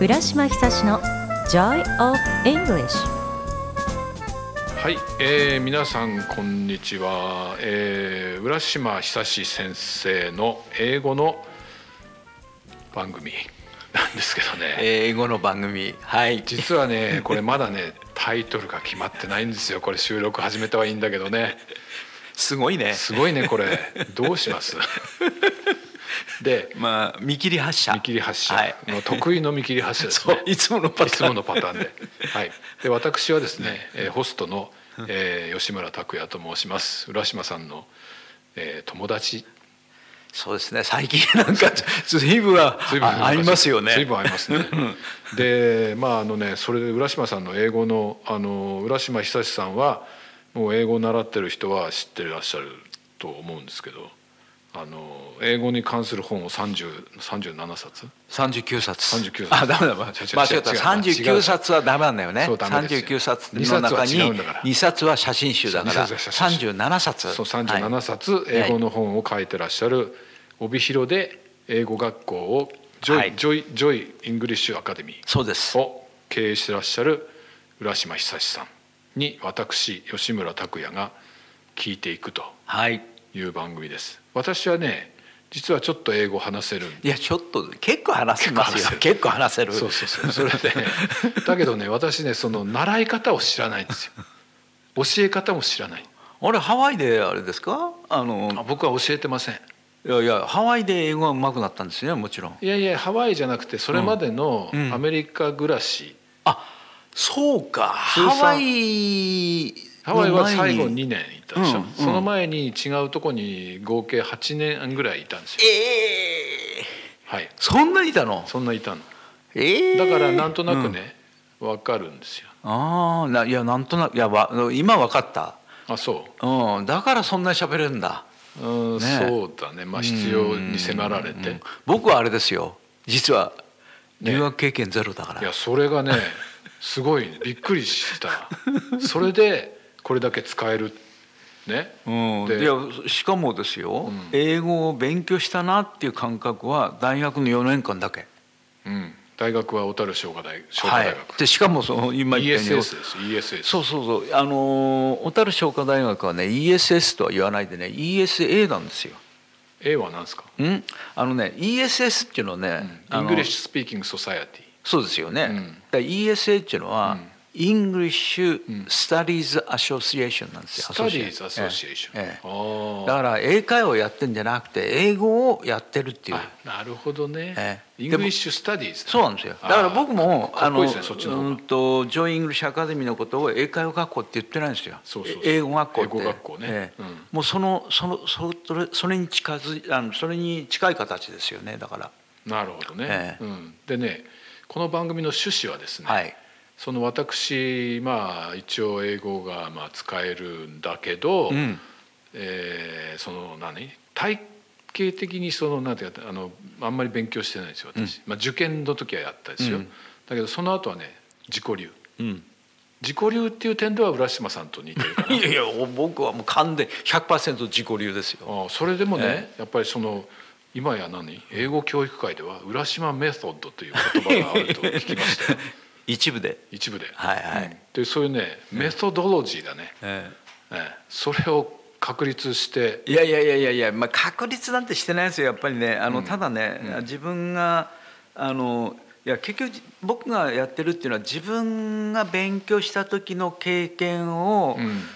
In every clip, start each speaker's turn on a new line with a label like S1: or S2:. S1: 浦島久志の Joy of English
S2: はい、えー、皆さんこんにちは、えー、浦島久志先生の英語の番組なんですけどね、
S3: 英語の番組はい
S2: 実はねこれまだねタイトルが決まってないんですよこれ収録始めたはいいんだけどね
S3: すごいね
S2: すごいねこれどうします で
S3: まあ見切り発車
S2: 見切り発車、
S3: はい
S2: もう得意の見切り発車です
S3: そう
S2: ね
S3: いつものパ
S2: いつ
S3: ター
S2: も
S3: ン
S2: のパターン で。はい。で私はですね、えーホストの、えー吉村拓也と申します。浦島さんの、えー友達。
S3: そうですね最近なんか 随分は
S2: 随分
S3: あありますよね
S2: 随分ありますね。 で、まああのね、それで浦島さんの英語のあの浦島久志さんはもう英語を習ってる人は知ってらっしゃると思うんですけど。あの英語に関する本を30 37冊
S3: 三十九冊
S2: 39冊
S3: あダメだ
S2: 違う
S3: 間違
S2: 違う
S3: え
S2: 違
S3: た
S2: う
S3: 三十
S2: 違う
S3: 九冊はダメなんだよね
S2: そうダメ
S3: 三
S2: ですよ
S3: 十九冊の
S2: 二
S3: 中
S2: 冊は違
S3: に
S2: うんだから
S3: 二冊は写真集だから
S2: そう二冊は写
S3: 三
S2: 真集
S3: 十七冊
S2: そう
S3: はい
S2: 37冊英語の本を書いてらっしゃる帯広で英語学校をジョイ、
S3: はい
S2: ジョイジョイイングリッシュアカデミ
S3: そうです
S2: ーを経営してらっしゃる浦島久志さんに私吉村拓也が聞いていくと
S3: はい
S2: いう番組です私はね実はちょっと英語話せるんで
S3: いやちょっと結構話せますよ
S2: 結
S3: 結構話せる
S2: そうそうそうそれでだけどね私ねその習い方を知らないんですよ教え方も知らない
S3: あれハワイであれですかあの
S2: あ僕は教えてません
S3: いやいやハワイで英語が上手くなったんですよねもちろん
S2: いやいやハワイじゃなくてそれまでの
S3: うんうん
S2: アメリカ暮らし、
S3: あそうか
S2: 通
S3: ハ
S2: 算
S3: ワイ
S2: ハワイは
S3: の前
S2: 最
S3: に
S2: 後2年いたでしょ、
S3: うんうん
S2: その前に違うとこに合計8年ぐらいいたんですよ
S3: ええ
S2: はい
S3: そんなにいたの
S2: そんないたの
S3: ええ
S2: だからなんとなく、ね、わかるんですよ
S3: うんああないやなんとなくいやわ今わかった
S2: あそ
S3: うんだからそんなに喋れるんだ
S2: う、うん
S3: ね
S2: そうだねまあ必要に迫られて、
S3: うん僕はあれですよ実は
S2: ね
S3: 留学経験ゼロだから、
S2: いやそれがねすごい、ね、びっくりしたそれでこれだけ使えるね
S3: うん、
S2: で
S3: いやしかもですよ、
S2: ん
S3: 英語を勉強したなっていう感覚は大学の4年間だけ、
S2: うん、大学は小樽商科大商科
S3: は
S2: 大
S3: い
S2: 学、、
S3: でしかもその今言った
S2: ESS
S3: よう
S2: で
S3: に
S2: す ESS
S3: そうそうそうあのー小樽商科大学はね ESS とは言わないでね ESA なんですよ。
S2: A は何ですか
S3: んあのね ESS っていうのはね、
S2: イ
S3: あ
S2: ン
S3: の
S2: グリッシュスピーキング・ソサエテ
S3: そうですよね、
S2: うん
S3: だから ESA っていうのは、
S2: うん
S3: イングリッシュ・スタディーズ・アソシエーションなんです
S2: ィ
S3: よ。
S2: スタディーズ・アソシエーション、
S3: ええええだ
S2: あ
S3: から英会話をやってんじゃなくて英語をやってるっていう
S2: ああなるほどね、
S3: ええ
S2: イングリッシュ・スタディーズ
S3: そうなんですよだから僕も
S2: あーか
S3: あ
S2: っこ
S3: の
S2: いういですねそっちの方が
S3: んとジョイ・イングリッシュ・アカデミーのことを英会話学校って言ってないんですよ
S2: そうそうそう
S3: 英語学校って
S2: 英語学校ね
S3: ええ
S2: うん
S3: もうそのそのそれそれに近づいあのそれに近い形ですよねだから
S2: なるほどね、
S3: ええ
S2: うん、でねこの番組の趣旨はですね、
S3: はい
S2: その私まあ一応英語がまあ使えるんだけど、
S3: うん
S2: えーその何体系的にそのなんていうかあのあんまり勉強してないんですよ私、まあ、受験の時はやったですよ、
S3: うん
S2: だけどその後はね自己流
S3: うん
S2: 自己流っていう点では浦島さんと似て るか
S3: い
S2: な
S3: やいや僕はもう完全100%自己流ですよ
S2: ああそれでもね、
S3: え
S2: やっぱりその今や何英語教育界では浦島メソッドという言葉があると聞きましたよ
S3: 一部で
S2: 一部で。
S3: はいはい
S2: うんでそういうねメソドロジーだね、
S3: え
S2: ええそれを確立して
S3: えいやいやいやいやいや、まあ、確率なんてしてないですよやっぱりねあの、ただね、自分があのいや結局じ僕がやってるっていうのは自分が勉強した時の経験を
S2: うん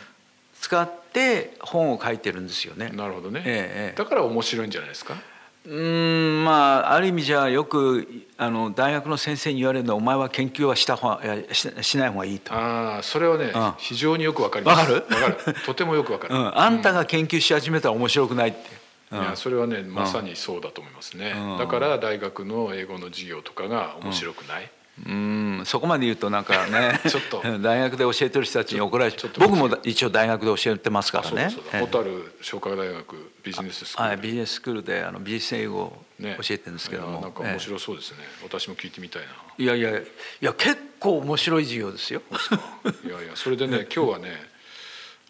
S3: 使って本を書いてるんですよね。
S2: なるほどね、
S3: ええええ
S2: だから面白いんじゃないですか
S3: うーんまあある意味じゃあよくあの大学の先生に言われるのはお前は研究はした方がいやししない方がいいと。
S2: ああそれはね
S3: うん
S2: 非常によくわかります
S3: わかる
S2: わか るとてもよくわかる、
S3: うん、あんたが研究し始めたら面白くないって。うん
S2: いやそれはねまさにそうだと思いますね、
S3: うん
S2: だから大学の英語の授業とかが面白くない、
S3: うーんそこまで言うとなんかね
S2: ちょっと
S3: 大学で教えてる人たちに怒られち
S2: ちょ
S3: ゃ
S2: っ
S3: う
S2: と
S3: 僕も一応大学で教えてますか
S2: あ
S3: ら
S2: そうだ
S3: ね
S2: そうだ
S3: え
S2: 小
S3: え
S2: 樽商科大学ビジネススクー
S3: は
S2: ル
S3: いビジネススクールであのビジネス英語を教
S2: ね
S3: えてるんですけど
S2: いや
S3: も
S2: なんか面白そうですね、私も聞いてみたいな
S3: ええいやいやいや結構面白い授業ですよ
S2: いやいやそれでね今日はね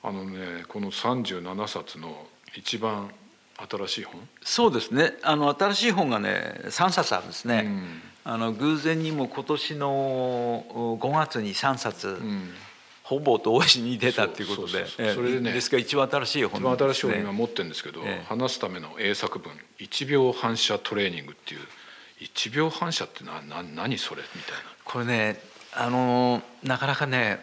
S2: あのねこの37冊の一番新しい本
S3: そうですねあの新しい本がね3冊あるんですね、あの偶然にも今年の5月に3冊、
S2: ん
S3: ほぼ同時に出たっていうことで
S2: そうそうそうそう
S3: ええ
S2: それでね
S3: ですから一番新しい
S2: 一
S3: 本な
S2: 番
S3: んで
S2: 新
S3: す
S2: しい本を今
S3: ね
S2: 持ってるんですけど、
S3: ええ
S2: 話すための英作文「1秒反射トレーニング」っていう1秒反射ってなな何それみたいな
S3: これねあのなかなかね、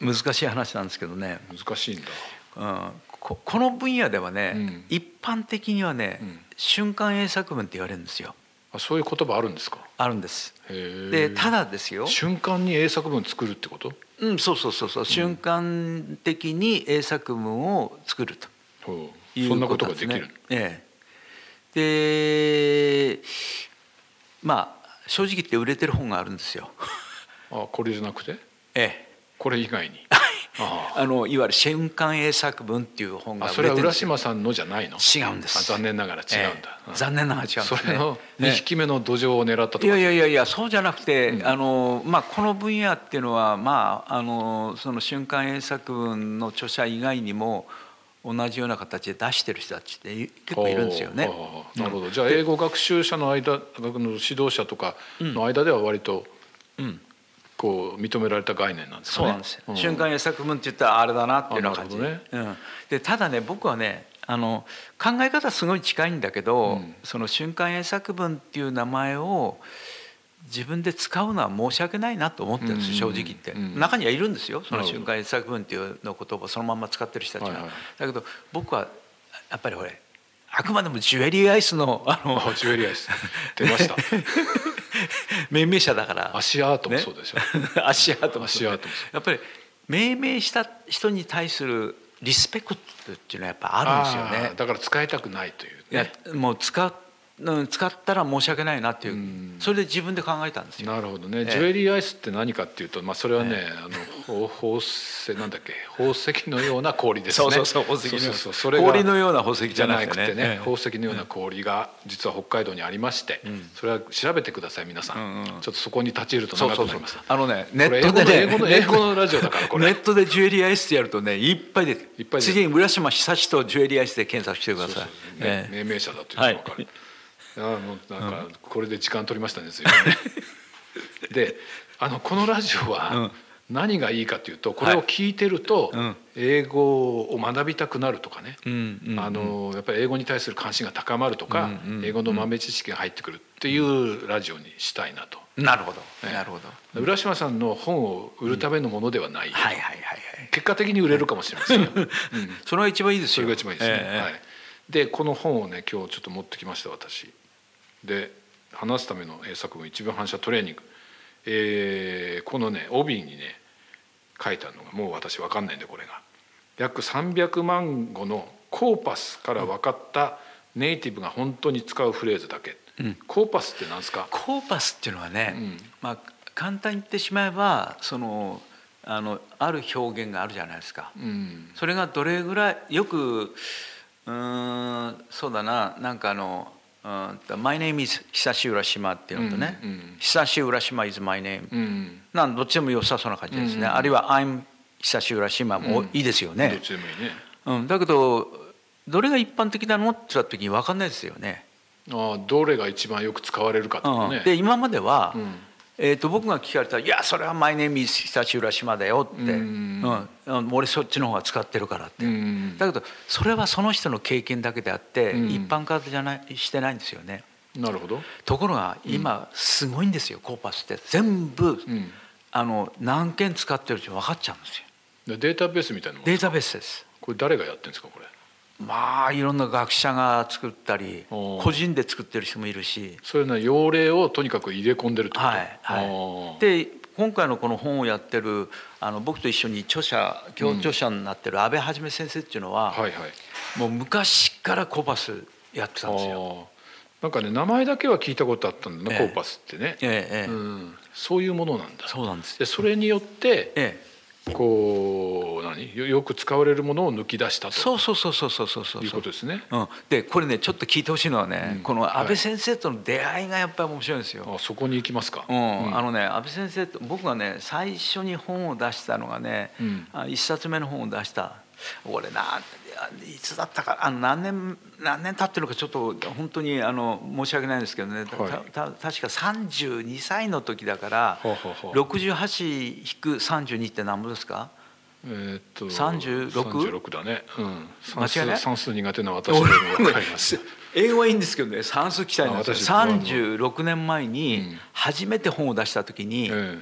S3: 難しい話なんですけどね、
S2: 難しいんだ
S3: うん、ここの分野ではね、
S2: うん
S3: 一般的にはね、
S2: うん
S3: 瞬間英作文って言われるんですよ
S2: あそういう言葉あるんですか
S3: あるんです。
S2: で
S3: でただですよ、
S2: 瞬間に英作文作るってこと
S3: うん、そうそうそうそう瞬間的に英作文を作ると。
S2: ほう
S3: いう
S2: そんなこと
S3: な
S2: が
S3: ん
S2: でき
S3: すね
S2: る、
S3: ええ、でまあ正直言って売れてる本があるんですよ。
S2: あこれじゃなくて
S3: ええ、
S2: これ以外 にあ
S3: あのいわゆる瞬間英作文っていう本
S2: あ
S3: が
S2: あ
S3: 売
S2: そ
S3: れ
S2: れは
S3: てるんで
S2: 浦
S3: すよ
S2: 島さんのじゃないの
S3: 違うんです
S2: あ残念ながら違うんだ
S3: え、
S2: う
S3: え
S2: ん
S3: 残念ながら違うんですね
S2: それの
S3: ええ
S2: 2匹目の土壌を狙ったとか
S3: いやいやいやいやそうじゃなくて、
S2: うん
S3: あのまあ、この分野っていうのは、まあ、あのその瞬間英作文の著者以外にも同じような形で出してる人たちってい結構いるんですよね。
S2: ほうなるほどじゃあ英語学習者の間学の指導者とかの間では割と
S3: うん
S2: こう認められた概念なんですか
S3: そう
S2: ね
S3: なんですよ、
S2: うん
S3: 瞬間英作文って言ったらあれだなっていうような感じ
S2: あなる
S3: うん、でただね僕はねあの考え方すごい近いんだけど、
S2: うん
S3: その瞬間英作文っていう名前を自分で使うのは申し訳ないなと思ってるんですよ正
S2: うん
S3: 直言って、
S2: うん
S3: 中にはいるんですよその
S2: なるほ
S3: 瞬
S2: ど
S3: 間英作文っていうの言葉をそのまんま使ってる人たちが、
S2: はいはい
S3: だけど僕はやっぱり俺あくまでもジュエリーアイスのあ の
S2: あジュエリーアイス 出ました
S3: 命名者だから
S2: 足アートもそうでしょ、
S3: ね 足跡もそう
S2: 足跡もそ
S3: やっぱり命名した人に対するリスペクトっていうのはやっぱあるんですよ
S2: あー
S3: ね
S2: だから使いたくないという
S3: いやもう使ううん使ったら申し訳ないなっていう
S2: うん
S3: それで自分で考えたんですよ
S2: なるほどね、
S3: ええ
S2: ジュエリーアイスって何かっていうと、まあ、それはね、あのほ宝石なんだっけ宝石のような氷ですね
S3: そうそうそう宝石のような
S2: そうそうそれが
S3: 氷のような宝石じ
S2: じ
S3: ゃ
S2: ゃ
S3: な
S2: な
S3: く
S2: く
S3: てね
S2: てね
S3: ええ
S2: 宝石のような氷が実は北海道にありまして、それは調べてください皆さん、
S3: うんうん
S2: ちょっとそこに立ち入ると
S3: そう
S2: 長
S3: そう
S2: くな
S3: そ
S2: り
S3: う
S2: ます
S3: あのねネ
S2: これ
S3: ットで
S2: 英語の
S3: ね
S2: 英語の英語のラジオだからこれ
S3: ネットでジュエリーアイスってやるとねいっぱい出て
S2: いっぱい出て
S3: 次に浦島久志とジュエリーアイスで検索してくだ
S2: そうそう
S3: さい
S2: そうね
S3: ええ
S2: 命名者だというのが分かる、あのなんかこれで時間取りましたね随分ねであのこのラジオは何がいいかというとこれを聞いてると
S3: うん
S2: 英語を学びたくなるとかね、
S3: うんうんうん
S2: あのやっぱり英語に対する関心が高まるとか、
S3: うんうん
S2: 英語の豆知識が入ってくるっていうラジオにしたいなと。
S3: なるほど
S2: ええ
S3: なるほど
S2: 浦島さんの本を売るためのものではない、
S3: はいはいはいはい
S2: 結果的に売れるかもしれま せんよ、うん、
S3: それが一番いいです
S2: そ
S3: よ
S2: れが一番いいですね、
S3: ええ
S2: はい、でこの本をね今日ちょっと持ってきました私で「話すための英作文一秒反射トレーニング」えーこのね帯にね書いてあるのがもう私わかんないんでこれが約300万語のコーパスから分かったネイティブが本当に使うフレーズだけ、
S3: うん
S2: コーパスってなんですか
S3: コーパスっていうのはね、
S2: うん
S3: まあ、簡単に言ってしまえばそのあのある表現があるじゃないですか。
S2: うん
S3: それがどれぐらいよくうーんそうだななんかあの「うんと My name is 久し浦島」っていうのとね
S2: うんうんうん
S3: 「久し浦島 is my name
S2: う」ん
S3: なんどっちでも良さそうな感じですね、
S2: うんうん
S3: あるいは「I'm 久し浦島」もいいですよ
S2: どっ
S3: ね、
S2: ちでもいいね
S3: うんだけどどれが一般的なのって言った時に分かんないですよね。
S2: ああどれが一番よく使われるかってこと
S3: う
S2: ね
S3: ん、で今までは、
S2: うん
S3: えー、と僕が聞かれたら「いやそれはマイネームイス久し浦島だよ」って、う
S2: うんん
S3: うん俺そっちの方が使ってるからって、
S2: うん
S3: だけどそれはその人の経験だけであって、
S2: うん
S3: 一般化じゃないしてないんですよね
S2: なるほど
S3: ところが今すごいんですよ、コーパスって全部、
S2: ん
S3: あの何件使ってるって分かっちゃうんです
S2: で
S3: よ
S2: データベースみたいなもん
S3: データベースです
S2: これ誰がやってるんですかこれ
S3: まあいろんな学者が作ったり
S2: おー
S3: 個人で作ってる人もいるし
S2: そういうのは要例をとにかく入れ込んでるってこと
S3: はいはい、で今回のこの本をやってるあの僕と一緒に著者共著者になってる安倍はじめ先生っていうのは、
S2: あーはいはい
S3: もう昔からコパスやってたんですよ。
S2: あーなんかね名前だけは聞いたことあったんだな、
S3: ええ
S2: コーパスってね、
S3: ええええ
S2: うん、そういうものなんだ
S3: そうなんですよ。
S2: でそれによって
S3: ええ、
S2: こう何よよく使われるものを抜き出したと
S3: そうそうそうそうそうそうそう。
S2: いうことですね
S3: うん、でこれねちょっと聞いてほしいのはね、
S2: うん
S3: この安
S2: は
S3: 倍
S2: い
S3: 先生との出会いがやっぱり面白いんですよ。
S2: あそこに行きますか、
S3: うん
S2: うん
S3: あのね安倍先生と僕がね最初に本を出したのがね、
S2: うん
S3: あ一冊目の本を出した俺なやいつだったかあの何年何年経ってるのかちょっと本当にあの申し訳ないんですけどね、た
S2: はい
S3: た確か32歳の時だから
S2: ほうほうほう
S3: 68引く32って何ぼですか
S2: えーっと
S3: 36?
S2: 36だね、うん、算
S3: 間違いない
S2: 数算数苦手な私でも分かりました
S3: 英語 はいいんですけどね算数期待なんですよ
S2: あ私
S3: 36年前に初めて本を出した時に、
S2: え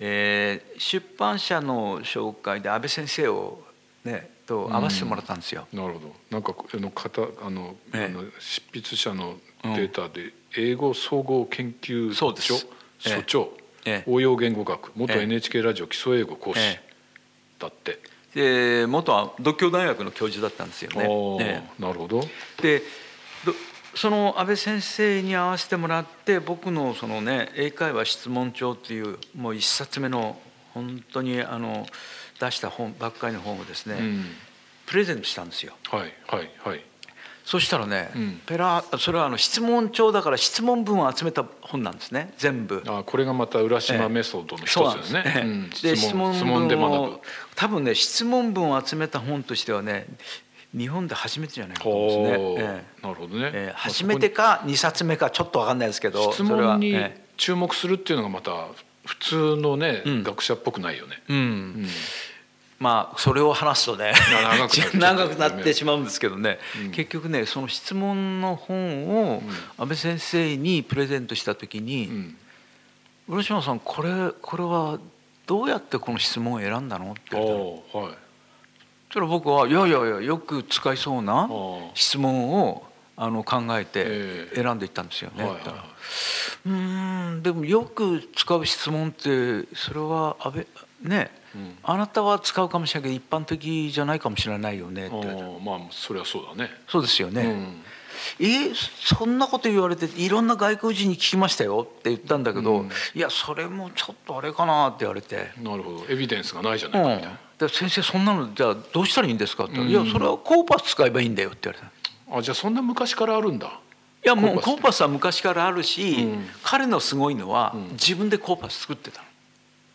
S3: えー出版社の紹介で安倍先生を、ね、と会わせてもらったんですよ。
S2: えなるほどなんかあの方あの、
S3: ええ
S2: あの執筆者のデータで英語総合研究
S3: そう
S2: 所
S3: ですええ
S2: 所長、
S3: ええ
S2: 応用言語学元
S3: ええ
S2: NHK ラジオ基礎英語講師、
S3: え
S2: だって、
S3: で元は独協大学の教授だったんですよね。
S2: おー
S3: ええ
S2: なるほど
S3: でどその安倍先生に会わせてもらって僕のその、ね「英会話質問帳」っていうもう一冊目の本当にあの出した本ばっかりの本をですね、
S2: うん
S3: プレゼントしたんですよ。
S2: はいはいはい
S3: そしたらね、
S2: うん
S3: ペラそれはあの質問帳だから質問文を集めた本なんですね全部。
S2: あこれがまた浦
S3: ええ
S2: 島メソッドの一つ
S3: そうなん
S2: だよね、うん
S3: で質問
S2: 質問
S3: 文
S2: で学ぶ
S3: を多分ね質問文を集めた本としてはね日本で初めてじゃないかと思うんですね。
S2: おー
S3: ええ
S2: なるほどね、
S3: えー
S2: まあ
S3: 初めてか2冊目かちょっと分かんないですけ
S2: そこ
S3: ど
S2: に質
S3: それは
S2: 問に
S3: え
S2: 注目するっていうのがまた普通のね、
S3: うん
S2: 学者っぽくないよね、
S3: ーうんまあそれを話すとね
S2: な長くなる
S3: 長くなってしまうんですけどね、
S2: うん
S3: 結局ねその質問の本を安倍先生にプレゼントした時
S2: う
S3: に
S2: ん
S3: 「浦島さんこれこれはどうやってこの質問を選んだの?」って言われたの
S2: おーはい
S3: そしたら僕は「いやいやいやよく使いそうな
S2: ー
S3: 質問をあの考え
S2: え
S3: て
S2: え
S3: 選んでいったんですよね」
S2: はい
S3: って言ったら
S2: は
S3: うーんでもよく使う質問ってそれは安倍ね、
S2: うん
S3: あなたは使うかもしれないけど一般的じゃないかもしれないよねっ
S2: い
S3: て言われた
S2: おーまあそりゃそうだね
S3: そうですよね、
S2: うん
S3: えそんなこと言われていろんな外国人に聞きましたよって言ったんだけど、
S2: うん
S3: いやそれもちょっとあれかなって言われて、
S2: なるほどエビデンスがないじゃ
S3: う
S2: ないかみ
S3: ん
S2: たいな、、
S3: で先生そんなのじゃあどうしたらいいんですかって言ったら、
S2: うん
S3: いやそれはコーパス使えばいいんだよって言われた。
S2: あじゃあそんな昔からあるんだ
S3: いやもう
S2: コーパス
S3: コーパスは昔からあるし、
S2: うん
S3: 彼のすごいのは、
S2: うん
S3: 自分でコーパス作ってたの。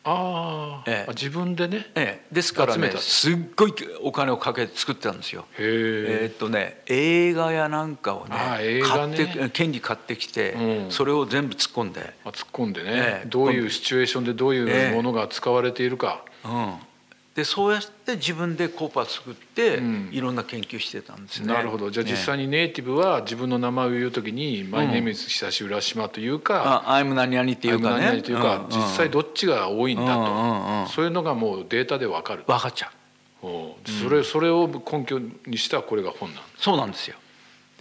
S2: あー、
S3: ええ
S2: あ自分でね
S3: ええ、ですから
S2: 集め
S3: ね
S2: た
S3: すっごいお金をかけて作ってたんですよ。
S2: へ
S3: えー
S2: え
S3: っとね映画やなんかをね
S2: あー映画ね
S3: 買って権利買ってきて、
S2: うん
S3: それを全部突っ込んで、
S2: まあ突っ込んでね、
S3: ええ
S2: どういうシチュエーションでどう
S3: え
S2: い
S3: え
S2: うものが使われているか、
S3: うん、でそうやって自分でコーパ作って、
S2: うん
S3: いろんな研究してたんですね。
S2: なるほどじゃあ実際
S3: に、
S2: にネイティブは自分の名前を言うときに「マイネームイズ久し浦島」というか
S3: あ、アイム何々っ
S2: 「
S3: ていうかね。
S2: 何々というか、
S3: んん
S2: 実際どっちが多いんだと、
S3: うんうんうん
S2: そういうのがもうデータで分かる、
S3: 分かっちゃう。
S2: おうそれそれを根拠にしたこれが本なん
S3: そうなんですよ。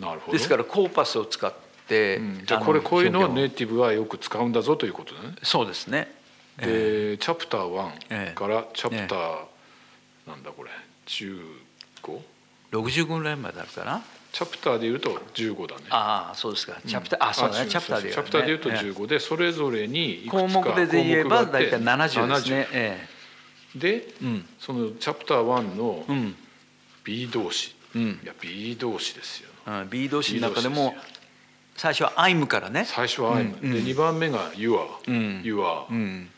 S2: だなるほど
S3: ですからコーパスを使って、
S2: うんじゃあこれ
S3: あの
S2: こういうのをネ
S3: 表
S2: イ
S3: 現
S2: ティブはよく使うんだぞということだね
S3: をそうですね。
S2: でチャプター
S3: ええ
S2: 1からチャプターなんだこれ 15?
S3: 六十五年前だったかな。
S2: チャプターで言うと15だね
S3: ああそうですか。チャプター、あそうだね。チャプターで言
S2: チャプターで言うと
S3: ね
S2: 15でそれぞれにいくつか
S3: 項目で言えば
S2: 項目があっ
S3: 大
S2: て
S3: 体70ですね。え
S2: 70で
S3: えうん
S2: そのチャプター1の
S3: うん
S2: B 動詞
S3: うん
S2: いや B 動詞ですよ
S3: うん、B 動詞の中で
S2: B 動
S3: も
S2: 詞ですよ
S3: 最初は「アイムからね、
S2: 最初は I'm
S3: うん
S2: で2番目が You
S3: う
S2: are
S3: ん
S2: You
S3: う
S2: are
S3: ん、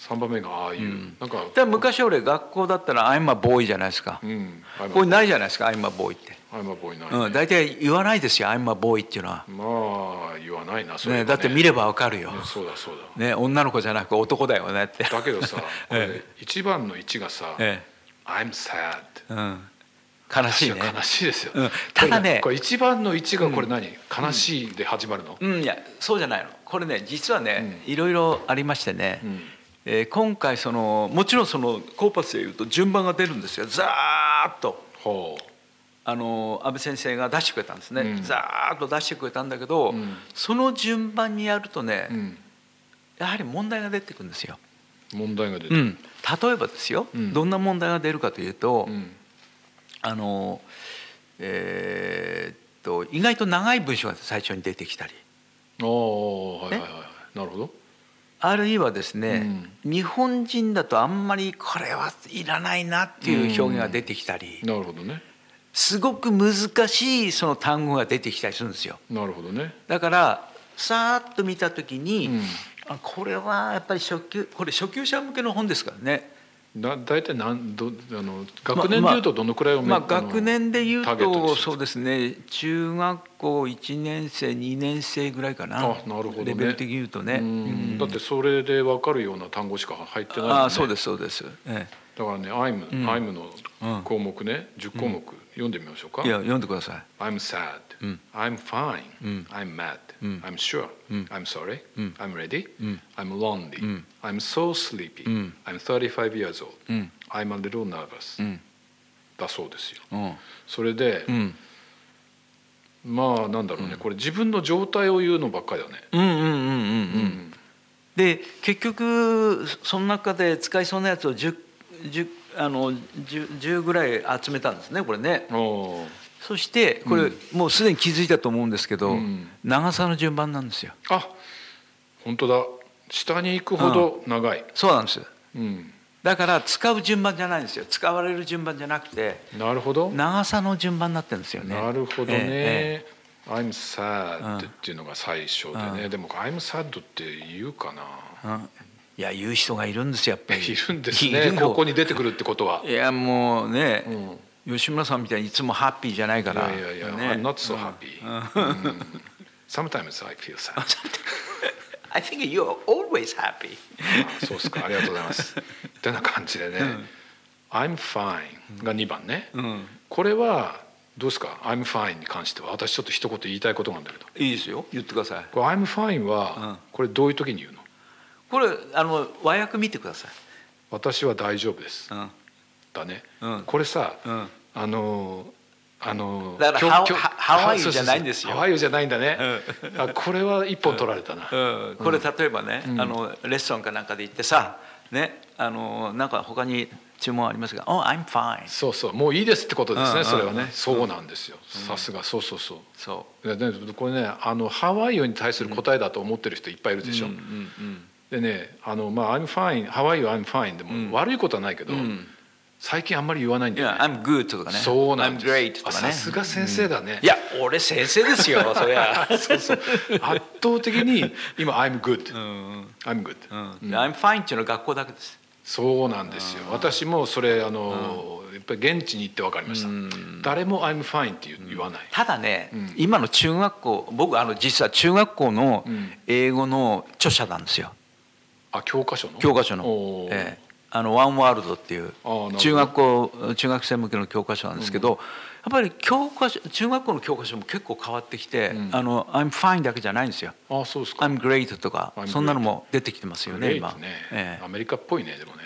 S2: 3番目が Are you
S3: ん
S2: なんか
S3: で昔俺学校だったら「アイムはボーイ」じゃないですか、
S2: うん
S3: ここにないじゃないですか「アイムはボーイ」って、
S2: I'm a boy な
S3: う
S2: の
S3: ん、
S2: ね
S3: 大体言わないですよ「アイムはボーイ」っていうのは、
S2: まあ言わないなそれ
S3: ね、
S2: は
S3: だって見ればわかるよ、
S2: ねそうだそうだ
S3: ね、女の子じゃなく男だよねって
S2: だけどさこれ
S3: え
S2: 一番の1がさ
S3: え
S2: I'm sad
S3: えうん、悲しいね
S2: 悲しいですよ
S3: うんただね
S2: これ一番の1がこれ何悲しいで始まるの
S3: うんいやそうじゃないのこれね実はね、
S2: う
S3: いろいろありましてね、
S2: うん
S3: えー今回そのもちろんそのコーパスでいうと順番が出るんですよザーッと。
S2: ほ
S3: あの安倍先生が出してくれたんですね、
S2: うん
S3: ざーっと出してくれたんだけど、
S2: うん
S3: その順番にやるとね、
S2: ううん
S3: やはり問題が出てくるんですよ、
S2: 問題が出て
S3: う
S2: る
S3: ん、例えばですよ、
S2: うん
S3: どんな問題が出るかというと、
S2: うん
S3: あのえーっと意外と長い文章が最初に出てきたり
S2: ああはいはいはいなるほど
S3: あるいはですね、日本人だとあんまりこれはいらないなっていう表現が出てきたり、
S2: なるほどね
S3: すごく難しいその単語が出てきたりするんですよ。
S2: なるほどね
S3: だからさーっと見た時に、
S2: うん
S3: あこれはやっぱり初級これ初級者向けの本ですからね
S2: な大体なんどあの学年でいうとどのくらいをめ、
S3: まあ、
S2: あの
S3: 学年で言う
S2: ターゲットに
S3: と
S2: する
S3: そうですね中学校1年生2年生ぐらいかな
S2: あなるほどね
S3: レベル的に言うとね
S2: うん
S3: うん
S2: だってそれで分かるような単語しか入ってないもんね
S3: ああそうですそうです、え
S2: だからね「I'm、
S3: うん
S2: I'm」の
S3: うん
S2: 項目ね、10項目、読んでみましょうか
S3: え、いや読んでください
S2: I'm sad、
S3: うん
S2: I'm fine、
S3: うん
S2: I'm mad、
S3: うん
S2: I'm sure、
S3: うん
S2: I'm sorry、
S3: うん
S2: I'm ready、
S3: うん
S2: I'm lonely、
S3: うん
S2: I'm so sleepy、
S3: うん
S2: I'm 35 years old、
S3: うん
S2: I'm a little nervous、
S3: うん
S2: だそうですよ
S3: うん
S2: それで、
S3: うん
S2: まあなんだろうね、これ自分の状態を言うのばっかりだね
S3: うんうんうんうんうんで結局その中で使いそうなやつを 10, 10あの 10, 10ぐらい集めたんですねこれね
S2: うんおー
S3: そしてこれ、もうすでに気づいたと思うんですけど、
S2: うん
S3: 長さの順番なんですよ
S2: あ本当だ下に行くほど長い、
S3: そうなんです
S2: うん
S3: だから使う順番じゃないんですよ使われる順番じゃなくて
S2: なるほど、
S3: 長さの順番になってるんですよね
S2: なるほど
S3: え
S2: ね、
S3: ええ
S2: I'm
S3: う
S2: sad
S3: ん
S2: っていうのが最初でね、でも I'm sad って言うかな、
S3: えうんいや言う人がいるんですよやっぱ り
S2: いるんです
S3: い
S2: ね
S3: るの
S2: ここに出てくるってことはい
S3: やもうね、
S2: うん
S3: 吉村さんみたいにいつもハッピーじゃないか
S2: い
S3: ら
S2: やいやいや、
S3: ね
S2: I'm not so happy、うん Sometimes I feel sad
S3: I think you're always happy
S2: あそうですかありがとうございますってな感じでね、I'm fine が2番ね、
S3: ん
S2: これはどうですか I'm fine に関しては私ちょっと一言言いたいことがあるんだけど
S3: いいですよ言ってください
S2: これ I'm fine
S3: うん
S2: はこれどういう時に言うの
S3: これあの和訳見てください、
S2: 私は大丈夫です
S3: うん、
S2: だね、
S3: うん
S2: これさ、
S3: うん
S2: あのーあのー
S3: だから
S2: きょ
S3: ハワ
S2: きょ
S3: ハハワイ
S2: そうそうそう
S3: じゃないんですよ
S2: ハワイじゃないんだね、あこれは一本取られたな、
S3: うんこれ例えばね、あのレッスンかなんかで行ってさ、ね、あのなんか他に注文ありますが「Oh I'm fine
S2: そうそうもういいですってことですね、
S3: うん
S2: それは
S3: うん
S2: ね、
S3: うん
S2: そうなんですよさすがそうそうそう」
S3: そ
S2: でねこれねあのハワイオに対する答えだと思ってる人いっぱいいるでしょ、
S3: う、うんうん、
S2: でねあの、まあ「I'm fine」「ハワイは I'm fine」でも悪いことはないけど、
S3: ん
S2: 最近あんまり言わないん
S3: い
S2: だよ
S3: や「
S2: ね、
S3: I'm good」とかね「
S2: そうなんです
S3: I'm great」と
S2: あ
S3: か
S2: さ
S3: ね
S2: すが先生だね、
S3: いや俺先生ですよそ りゃ
S2: そうそう圧倒的に今「I'm good」
S3: うん
S2: 「I'm good」
S3: うんで I'm fine っていうのは学校だけです
S2: そうなんですよ私もそれあの、やっぱり現地に行って分かりました、誰も「I'm fine」って言う言わない、
S3: ただね、
S2: ん
S3: 今の中学校僕あの実は中学校の
S2: うん
S3: 英語の著者なんですよ
S2: あ教科書の
S3: 教科書の
S2: お、ー
S3: ええあのワンワールドっていう
S2: あーなるほど
S3: 中学校中学生向けの教科書なんですけど、やっぱり教科書中学校の教科書も結構変わってきて、あの I'm fine だけじゃないんですよ。
S2: あそうですか
S3: I'm great とか
S2: I'm
S3: そんなのも出てきてますよね
S2: レイ
S3: 今
S2: ね、
S3: え
S2: ア
S3: え
S2: メリカっぽいねでもね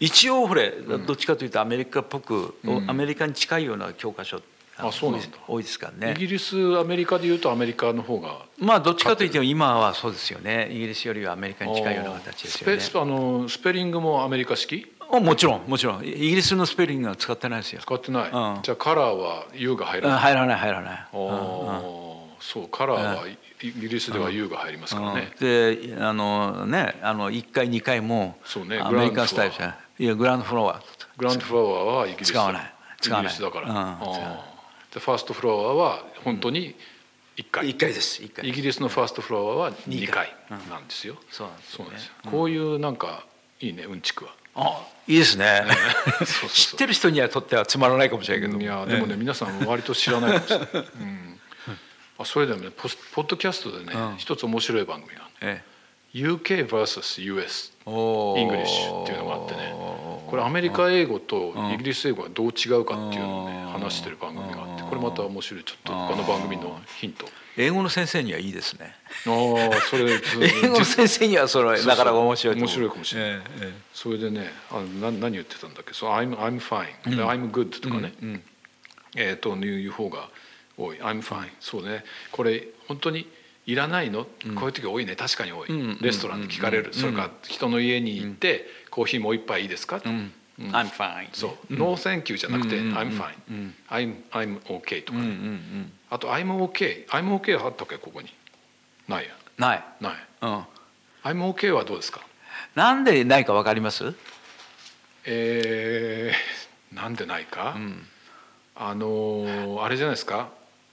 S3: 一応ほれどっちかというとアメリカっぽく、アメリカに近いような教科書
S2: あそうなんだ
S3: 多いですからね。
S2: イギリスアメリカでいうとアメリカの方が
S3: まあどっちかといっても今はそうですよねイギリスよりはアメリカに近いような形ですよね
S2: あースペスあのスペリングもアメリカ式
S3: あもちろんもちろんイギリスのスペリングは使ってないですよ
S2: 使ってない、
S3: うん
S2: じゃあカラーは U が入
S3: う
S2: ら
S3: ん
S2: ない、
S3: 入らない入らない
S2: ああそうカラーはイイギリスでは U が入りますからね、
S3: うんであのねあの1回2回も
S2: そうね
S3: アメリカンスタイルじゃないいやグランドフロア
S2: グランドフラワーはイギリス
S3: 使わない使わな
S2: イ
S3: い
S2: ギリスだから、
S3: うん
S2: あー
S3: 使わない
S2: でファーストフラワーは本当に1回、
S3: 1回です1
S2: イ
S3: 回
S2: ギリスのファーストフラワーは2回
S3: 二回うん
S2: なんですよ、
S3: そうなんです
S2: そ
S3: よね
S2: うなんですよこういうなんかいいねうんちくは
S3: あいいですね
S2: そうそう
S3: 知ってる人にはとってはつまらないかもしれないけど
S2: いやでもね、皆さん割と知らないかもし れない、うん、あそれでもねポスポッドキャストでね、
S3: うん
S2: 一つ面白い番組があ
S3: ええ
S2: る UKVSUS
S3: おー
S2: イングリッシュっていうのがあってねこれアメリカ英語とイギリス英語がどう違うかっていうのをね
S3: うん
S2: 話してる番組があってこれまた面白いちょっと他の番組のヒント
S3: 英語の先生にはいいですね
S2: ああそれ
S3: 英語の
S2: 実
S3: 先生にはそれ
S2: そう
S3: なかなか面白いと思う
S2: 面白いかもしれない、
S3: ええええ
S2: それでねあのな何言ってたんだっけそう I'm, I'm fine、で I'm good とかね、えー、という方が多い I'm fine そうねこれ本当にいらないの、こういう時多いね確かに多い、
S3: うん
S2: レストランで聞かれる、それから人の家に行って、コーヒーもう一杯いいですか、うん
S3: I'm fine
S2: そう、No thank you じゃなくて、
S3: うんうんうん
S2: I'm fine、I'm, I'm okay とか、
S3: う
S2: ね
S3: んうんうん
S2: あと I'm okay I'm okay はあったっけここにないや
S3: ない
S2: ない
S3: うん
S2: I'm okay はどうですか
S3: なんでないかわかります
S2: えーなんでないか、
S3: ん
S2: あのーあれじゃないですか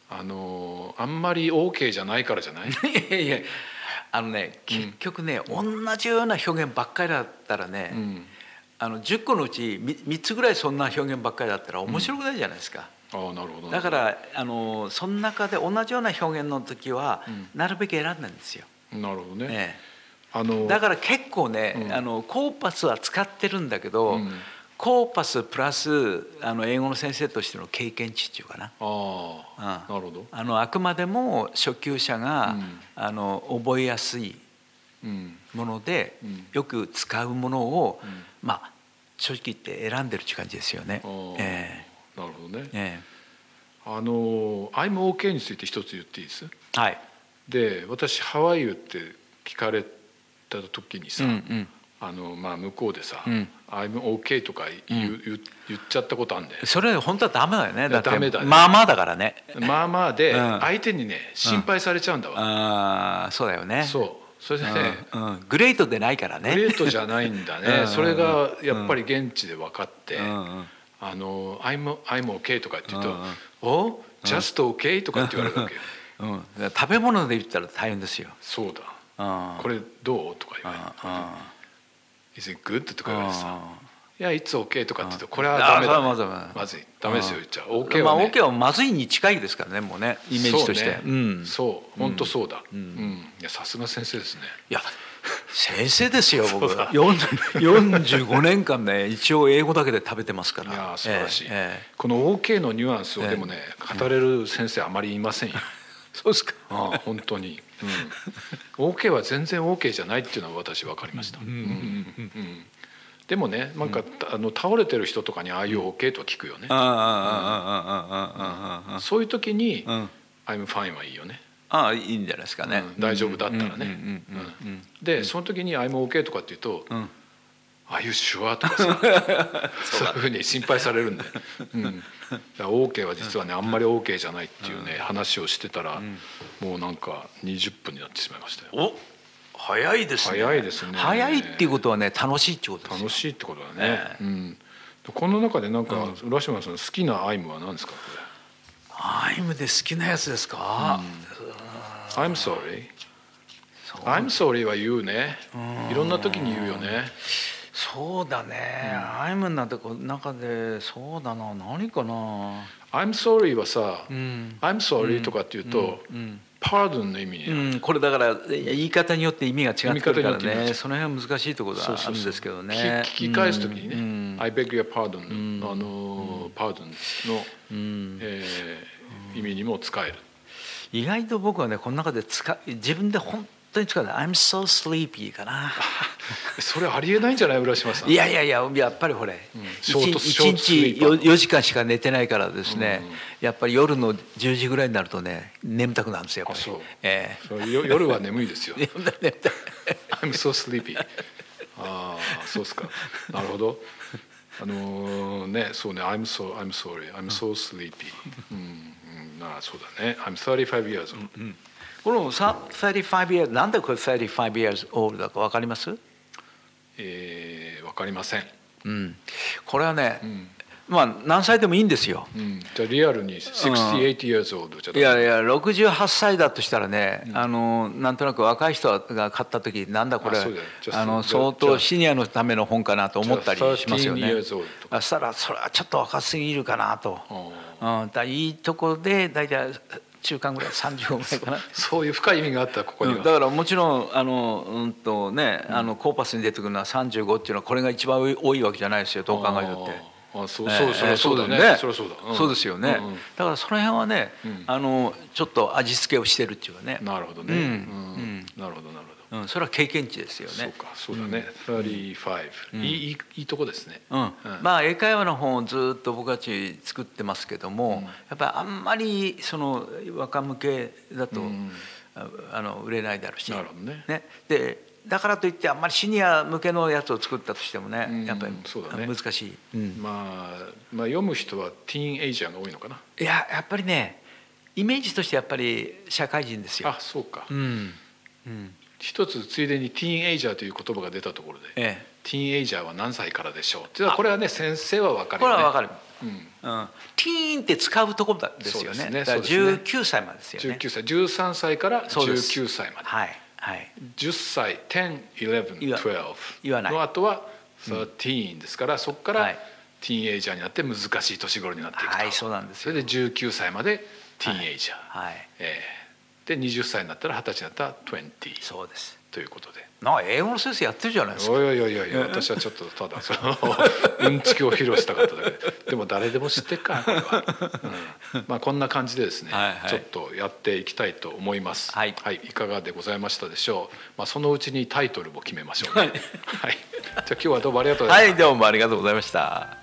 S2: あのーあんまり OK じゃないからじゃない
S3: いやいやあのね結局ね、同じような表現ばっかりだったらね、
S2: うん
S3: あの10個のうちみ3つぐらいそんな表現ばっかりだったら面白くないじゃないですか。
S2: ああなるほど
S3: だからあのその中で同じような表現の時は、なるべく選んだんですよ。
S2: なるほどね、
S3: え
S2: あ
S3: え
S2: の
S3: だから結構ね、
S2: うん
S3: あのコーパスは使ってるんだけど、
S2: うん
S3: コーパスプラスあの英語の先生としての経験値っていうかな。
S2: ああ、
S3: うん
S2: なるほど、
S3: あのあくまでも初級者が、
S2: うん
S3: あの覚えやすい
S2: うん、
S3: もので、
S2: うん
S3: よく使うものを、
S2: うん
S3: まあ正直言って選んでるって感じですよね
S2: あ。ー
S3: え
S2: なるほどね、
S3: ええ
S2: あの「I'm OK」について一つ言っていいです
S3: えはい。
S2: で私ハワイユって聞かれた時にさ、
S3: うんうん
S2: あのまあ、向こうでさ「
S3: うん
S2: I'm OK」とか言,、う言言っちゃったことあんだよ
S3: それ本当はダメだよね。だって
S2: ダメだね
S3: まあまあだからね。
S2: まあまあで
S3: うん
S2: 相手にね心配されちゃうんだわ、
S3: ああそうだよね。
S2: そうそれでね、
S3: うんうんグレートでないからね。
S2: グレートじゃないんだね、
S3: うん
S2: それがやっぱり現地で分かって「
S3: うんうん
S2: あの I'm, I'm OK」とかって言うと
S3: うんうん
S2: 「お just OK」とかって言われるわけよ
S3: うん、食べ物で言ったら大変ですよ。
S2: そうだ
S3: うん
S2: これどうとか
S3: う
S2: 言
S3: んう
S2: われ
S3: ん
S2: て「Is it good?」とか言われてさ
S3: うん
S2: 「いや It's OK」とかって言うとこれはダメだ、ね、
S3: あそれはまず
S2: まず
S3: い
S2: いダメですよ言っちゃう
S3: まあ
S2: OK は、ね
S3: OK はまずいに近いですからねもうねイメージとして。
S2: そう,、
S3: うん
S2: そう本当そうだ、うんんいやさすが先生ですね
S3: いや先生ですよ僕
S2: そうだ
S3: 四45年間ね一応英語だけで食べてますから
S2: いやー素晴らしい、
S3: ええええ
S2: この OK のニュアンスをでもね、語れる先生あまりいません よ、
S3: そうですか
S2: ああ本当に、うん、OK は全然 OK じゃないっていうのは私分かりました、うんうんでもねなんか、あの倒れてる人とかにああいう OK とは聞くよね、
S3: あああああああああああ
S2: そういう時に「
S3: ん
S2: I'm fine」はいいよね、
S3: ああいいんじゃないですかね、
S2: うん大丈夫だったらね
S3: うんうんうんうん
S2: うんでその時に「I'm OK」とかって言うと「
S3: ん
S2: Are you sure?」とかさ そういうふうに心配されるんで、うん、だから OK は実はねあんまり OK じゃないっていうね話をしてたらもうなんか20分になってしまいましたよ。
S3: お早いですね
S2: 早いですね
S3: 早いっていうことはね楽しいってことですよ
S2: 楽しいってことだね
S3: え。
S2: うん、でこの中でなんか浦島さんの好きなアイムは何ですかこ
S3: アイムで好きなやつですか、
S2: れ「I'm sorry」
S3: そう
S2: 「I'm sorry」は言うねいろんな時に言うよね。
S3: そうだね、アイムなんてこう中でそうだな何かな
S2: 「I'm sorry」はさ「
S3: ん
S2: I'm sorry」とかっていうと「
S3: ん
S2: pardon」の意味に
S3: うん、これだからいや言い方によって意味が違ってくるか
S2: 言い方によっ
S3: ら
S2: て意味が違
S3: ね
S2: う
S3: その辺は難しいところが
S2: そう
S3: あ
S2: そう
S3: る
S2: そ
S3: ん
S2: う
S3: ですけどね
S2: 聞き聞き返すときにね、
S3: うん、
S2: I beg your pardon の、あのー pardon の、
S3: うん
S2: えー意味にも使える。
S3: 意外と僕はねこの中で使い自分で本当に使うの I'm so sleepy かな
S2: それありえないんじゃない浦島さん。
S3: いやいやいややっぱりこれ
S2: ショートショートス
S3: 1
S2: リーパー
S3: 日4時間しか寝てないからですね、
S2: うん
S3: やっぱり夜の10時ぐらいになるとね眠たくなるんですよやっぱり
S2: あそう
S3: え
S2: それよ夜は眠いですよ
S3: え。眠たい眠たい
S2: I'm so sleepy。ああ、そうっすか。なるほど。あのーね、そうね、I'm so I'm sorry, I'm so sleepy。うん、うん、ああ、そうだね。I'm 35 years old。
S3: このさ35 years なんでこれ35 years old だか分かります
S2: えーわかりません。
S3: うん、これはね、まあ何歳でもいいんですよ。
S2: うん、じゃあリアルに68 years old じゃ
S3: いやいや68歳だとしたらね、あのなんとなく若い人が買った時なんだこれ
S2: あ
S3: あ
S2: そうだよじゃあ
S3: の
S2: そうだよ
S3: 相当シニアのための本かなと思ったり
S2: じゃあ
S3: しますよね
S2: 13 years old と。
S3: あしたらそれはちょっと若すぎるかなと、う
S2: あ
S3: ん、だいいとこで大体中間ぐらい35ぐらいかな。
S2: そういう深い意味があったここに
S3: うんだ
S2: は。
S3: からもちろんあの、うんとねあのコーパスに出てくるのは35っていうのはこれが一番多いわけじゃないですよどう考えたって。
S2: あーあそう
S3: え
S2: そう
S3: え
S2: そりゃそうだ
S3: ええ
S2: ね。そりゃそうだ。ん
S3: そうですよね、
S2: うんうん
S3: だからその辺はね、
S2: うん
S3: あのちょっと味付けをしてるっていうかね、
S2: なるほどね。
S3: う
S2: うんんなるほどなるほど。
S3: うん、それは経験値ですよ
S2: そう
S3: ね
S2: かそうだね。35。いいいいいいとこですね。
S3: うんまあ英会話の本をずっと僕たち作ってますけども、やっぱりあんまりその若向けだと、
S2: うん
S3: ああの売れないだろうし
S2: なるほどね
S3: でだからといってあんまりシニア向けのやつを作ったとしてもね、
S2: うん
S3: やっぱり
S2: そうだね
S3: 難しい、うん
S2: まあまあ読む人はティーンエイジャーが多いのかな。
S3: いややっぱりねイメージとしてやっぱり社会人ですよ。
S2: あそうか
S3: う。んうん
S2: 一つついでにティーンエイジャーという言葉が出たところで。
S3: ええ
S2: ティーンエイジャーは何歳からでしょう。っていうのはこれはね先生はわかる
S3: これ
S2: よね。
S3: はわかる、
S2: うん。
S3: うん、ティーンって使うところです
S2: そうで
S3: よ
S2: す
S3: ね
S2: ね
S3: だから
S2: そうですね
S3: 19歳までですよね
S2: 19歳13歳から
S3: そうです
S2: 19歳まで
S3: はいはい
S2: 10歳
S3: 言わ
S2: 101112
S3: 言わない
S2: の後はそれはティーンですからそこか
S3: は
S2: ら
S3: い
S2: ティーンエイジャーになって難しい年頃になっていくと、
S3: はいそうなんです
S2: それ
S3: よ
S2: で19歳までティーンエイジャー、
S3: はい
S2: ええで20歳になったら二十歳になったら20
S3: そうです
S2: ということで。
S3: なんか英語の先生やってるじゃないですか
S2: おいおいおいおい私はちょっとただそのうんちくを披露したかっただけででも誰でも知ってっからこれは、うんまあ、こんな感じでですね、
S3: はいはい
S2: ちょっとやっていきたいと思います
S3: はい
S2: い、いかがでございましたでしょう、まあ、そのうちにタイトルも決めましょうね、はい、じゃあ今日はどうもありがとうございました
S3: はいどうもありがとうございました